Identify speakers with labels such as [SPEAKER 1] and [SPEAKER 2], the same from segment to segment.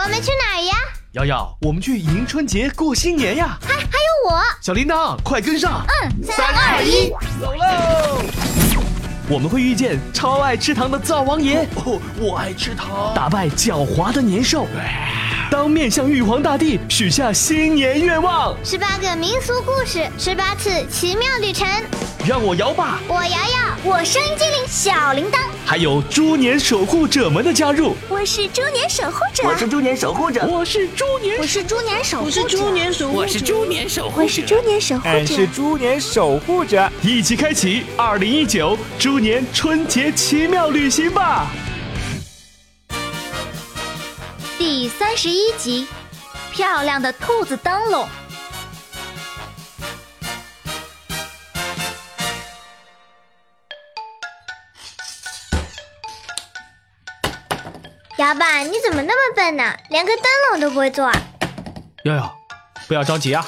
[SPEAKER 1] 我们去哪儿呀？
[SPEAKER 2] 瑶瑶，我们去迎春节过新年呀！
[SPEAKER 1] 还还有我，
[SPEAKER 2] 小铃铛，快跟上！
[SPEAKER 1] 嗯，三二一，
[SPEAKER 2] 走喽！我们会遇见超爱吃糖的灶王爷，
[SPEAKER 3] 哦，我爱吃糖。
[SPEAKER 2] 打败狡猾的年兽，当面向玉皇大帝许下新年愿望。
[SPEAKER 1] 十八个民俗故事，十八次奇妙旅程。
[SPEAKER 2] 让我摇吧！
[SPEAKER 1] 我瑶瑶，我声音精灵小铃铛，
[SPEAKER 2] 还有猪年守护者们的加入，
[SPEAKER 1] 我是猪年守护者
[SPEAKER 3] 我是猪年守护者，
[SPEAKER 2] 我是猪年
[SPEAKER 1] 我是猪年守护者，我是猪年守哎
[SPEAKER 4] 我是猪年守护者，
[SPEAKER 1] 年守
[SPEAKER 5] 俺哎是猪年守护者。
[SPEAKER 2] 一起开启二零一九猪年春节奇妙旅行吧！
[SPEAKER 1] 第三十一集，漂亮的兔子灯笼。摇爸，你怎么那么笨呢、连个灯笼都不会做啊？
[SPEAKER 2] 瑶瑶，不要着急啊，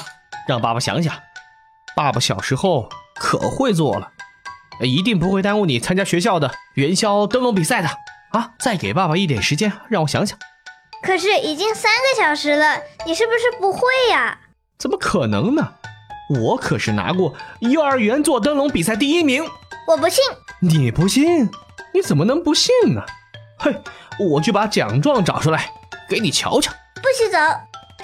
[SPEAKER 2] 让爸爸想想。爸爸小时候可会做了，一定不会耽误你参加学校的元宵灯笼比赛的啊！再给爸爸一点时间，让我想想，
[SPEAKER 1] 可是已经三个小时了，你是不是不会呀、
[SPEAKER 2] 怎么可能呢？我可是拿过幼儿园做灯笼比赛第一名。
[SPEAKER 1] 我不信，
[SPEAKER 2] 你不信？你怎么能不信呢？嘿，我去把奖状找出来，给你瞧瞧。
[SPEAKER 1] 不许走，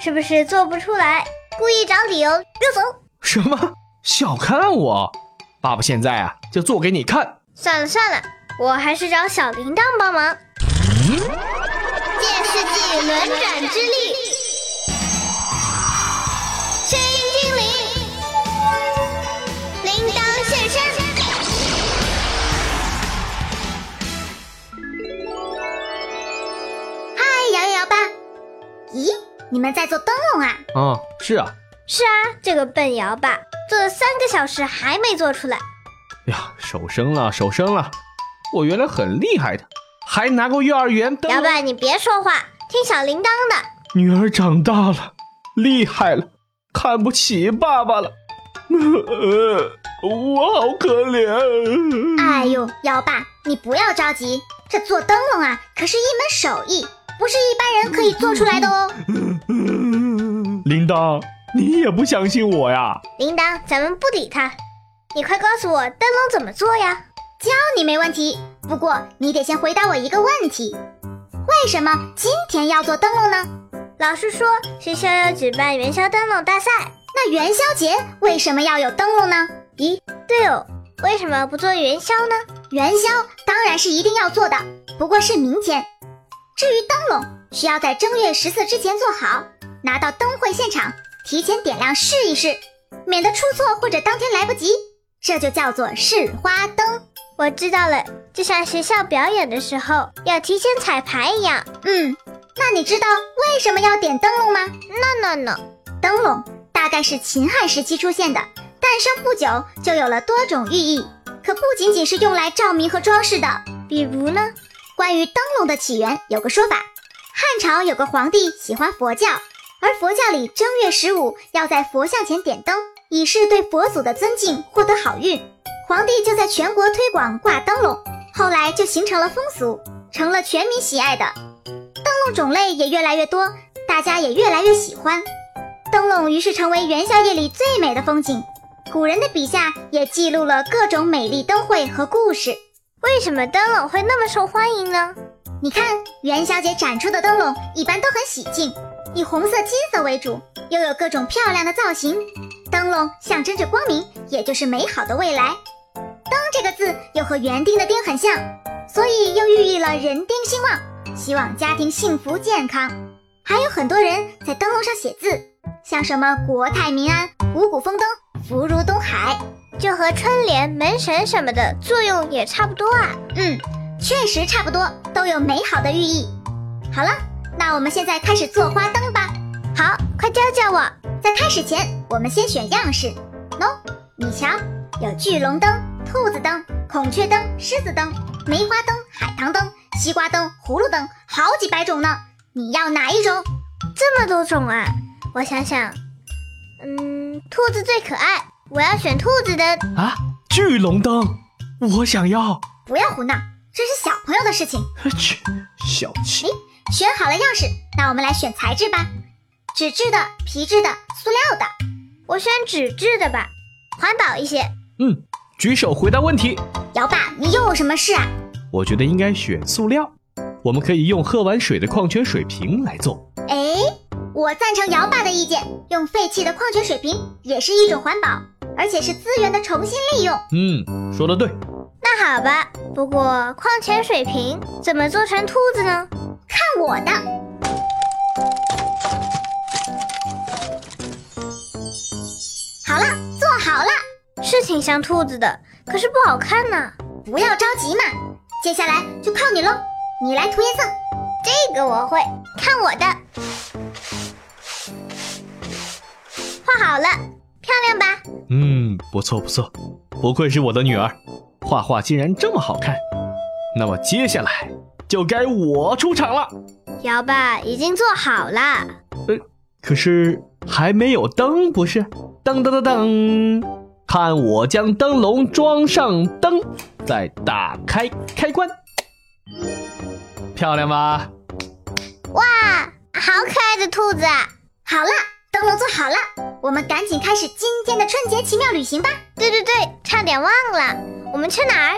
[SPEAKER 1] 是不是做不出来？故意找理由溜走。
[SPEAKER 2] 什么？小看我？爸爸现在啊，就做给你看。
[SPEAKER 1] 算了算了，我还是找小铃铛帮忙。借世纪轮转之力，声音精灵，铃铛现身。嗨，摇一摇吧。咦，你们在做灯笼啊？
[SPEAKER 2] 啊，是啊，
[SPEAKER 1] 是啊，这个笨摇吧，做了三个小时还没做出来。
[SPEAKER 2] 哎呀，手生了，手生了。我原来很厉害的，还拿过幼儿园灯
[SPEAKER 1] 摇
[SPEAKER 2] 笼。
[SPEAKER 1] 爸，你别说话，听小铃铛的。
[SPEAKER 2] 女儿长大了，厉害了，看不起爸爸了。 呃，我好可怜。
[SPEAKER 1] 哎呦，幺爸，你不要着急，这做灯笼啊，可是一门手艺，不是一般人可以做出来的哦。
[SPEAKER 2] 铃铛，你也不相信我呀？
[SPEAKER 1] 铃铛，咱们不理他，你快告诉我灯笼怎么做呀？教你没问题，不过你得先回答我一个问题：为什么今天要做灯笼呢？老师说学校要举办元宵灯笼大赛，那元宵节为什么要有灯笼呢？咦，对哦，为什么不做元宵呢？元宵当然是一定要做的，不过是明天。至于灯笼，需要在正月十四之前做好，拿到灯会现场提前点亮试一试。免得出错或者当天来不及，这就叫做试花灯。我知道了，就像学校表演的时候要提前彩排一样。嗯，那你知道为什么要点灯笼吗？No No No，灯笼大概是秦汉时期出现的，诞生不久就有了多种寓意，可不仅仅是用来照明和装饰的。比如呢，关于灯笼的起源有个说法，汉朝有个皇帝喜欢佛教，而佛教里正月十五要在佛像前点灯，以示对佛祖的尊敬，获得好运。皇帝就在全国推广挂灯笼，后来就形成了风俗，成了全民喜爱的。灯笼种类也越来越多，大家也越来越喜欢。灯笼于是成为元宵夜里最美的风景。古人的笔下也记录了各种美丽灯会和故事。为什么灯笼会那么受欢迎呢？你看，元宵节展出的灯笼一般都很喜庆，以红色、金色为主，又有各种漂亮的造型。灯笼象征着光明，也就是美好的未来。灯这个字又和园丁的丁很像，所以又寓意了人丁兴旺，希望家庭幸福健康。还有很多人在灯笼上写字，像什么“国泰民安”“五谷丰登”“福如东海”，这和春联、门神什么的作用也差不多啊。嗯，确实差不多，都有美好的寓意。好了，那我们现在开始做花灯吧。好，快教教我。在开始前，我们先选样式。喏、你瞧，有巨龙灯、兔子灯、孔雀灯、狮子灯、梅花灯、海棠灯、西瓜灯、葫芦灯，好几百种呢。你要哪一种？这么多种啊！我想想，嗯，兔子最可爱，我要选兔子的。
[SPEAKER 2] 啊，巨龙灯，我想要。
[SPEAKER 1] 不要胡闹，这是小朋友的事情。
[SPEAKER 2] 去，小气。
[SPEAKER 1] 选好了样式，那我们来选材质吧。纸质的、皮质的、塑料的，我选纸质的吧，环保一些。
[SPEAKER 2] 嗯，举手回答问题。
[SPEAKER 1] 姚爸，你又有什么事啊？
[SPEAKER 2] 我觉得应该选塑料，我们可以用喝完水的矿泉水瓶来做。
[SPEAKER 1] 哎，我赞成姚爸的意见，用废弃的矿泉水瓶也是一种环保，而且是资源的重新利用。
[SPEAKER 2] 嗯，说的对。
[SPEAKER 1] 那好吧，不过矿泉水瓶怎么做成兔子呢？看我的！好了，做好了，是挺像兔子的，可是不好看呢。不要着急嘛，接下来就靠你喽，你来涂颜色。这个我会，看我的。画好了，漂亮吧？
[SPEAKER 2] 嗯，不错不错，不愧是我的女儿，画画竟然这么好看。那么接下来就该我出场了。
[SPEAKER 1] 姚爸已经做好了。
[SPEAKER 2] 可是还没有灯，不是？噔噔噔噔，看我将灯笼装上灯，再打开开关，漂亮吧？
[SPEAKER 1] 哇，好可爱的兔子！好了，灯笼做好了，我们赶紧开始今天的春节奇妙旅行吧。对对对，差点忘了，我们去哪儿？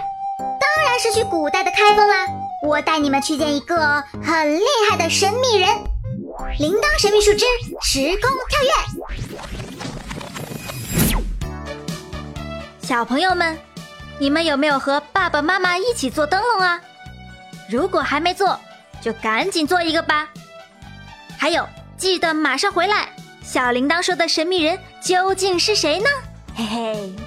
[SPEAKER 1] 当然是去古代的开封啦！我带你们去见一个很厉害的神秘人——铃铛神秘树枝时空跳跃。
[SPEAKER 4] 小朋友们，你们有没有和爸爸妈妈一起做灯笼啊？如果还没做，就赶紧做一个吧。还有，哦
[SPEAKER 1] 哎
[SPEAKER 4] 记得马上回来。小铃铛说的神秘人究竟是谁呢？嘿嘿。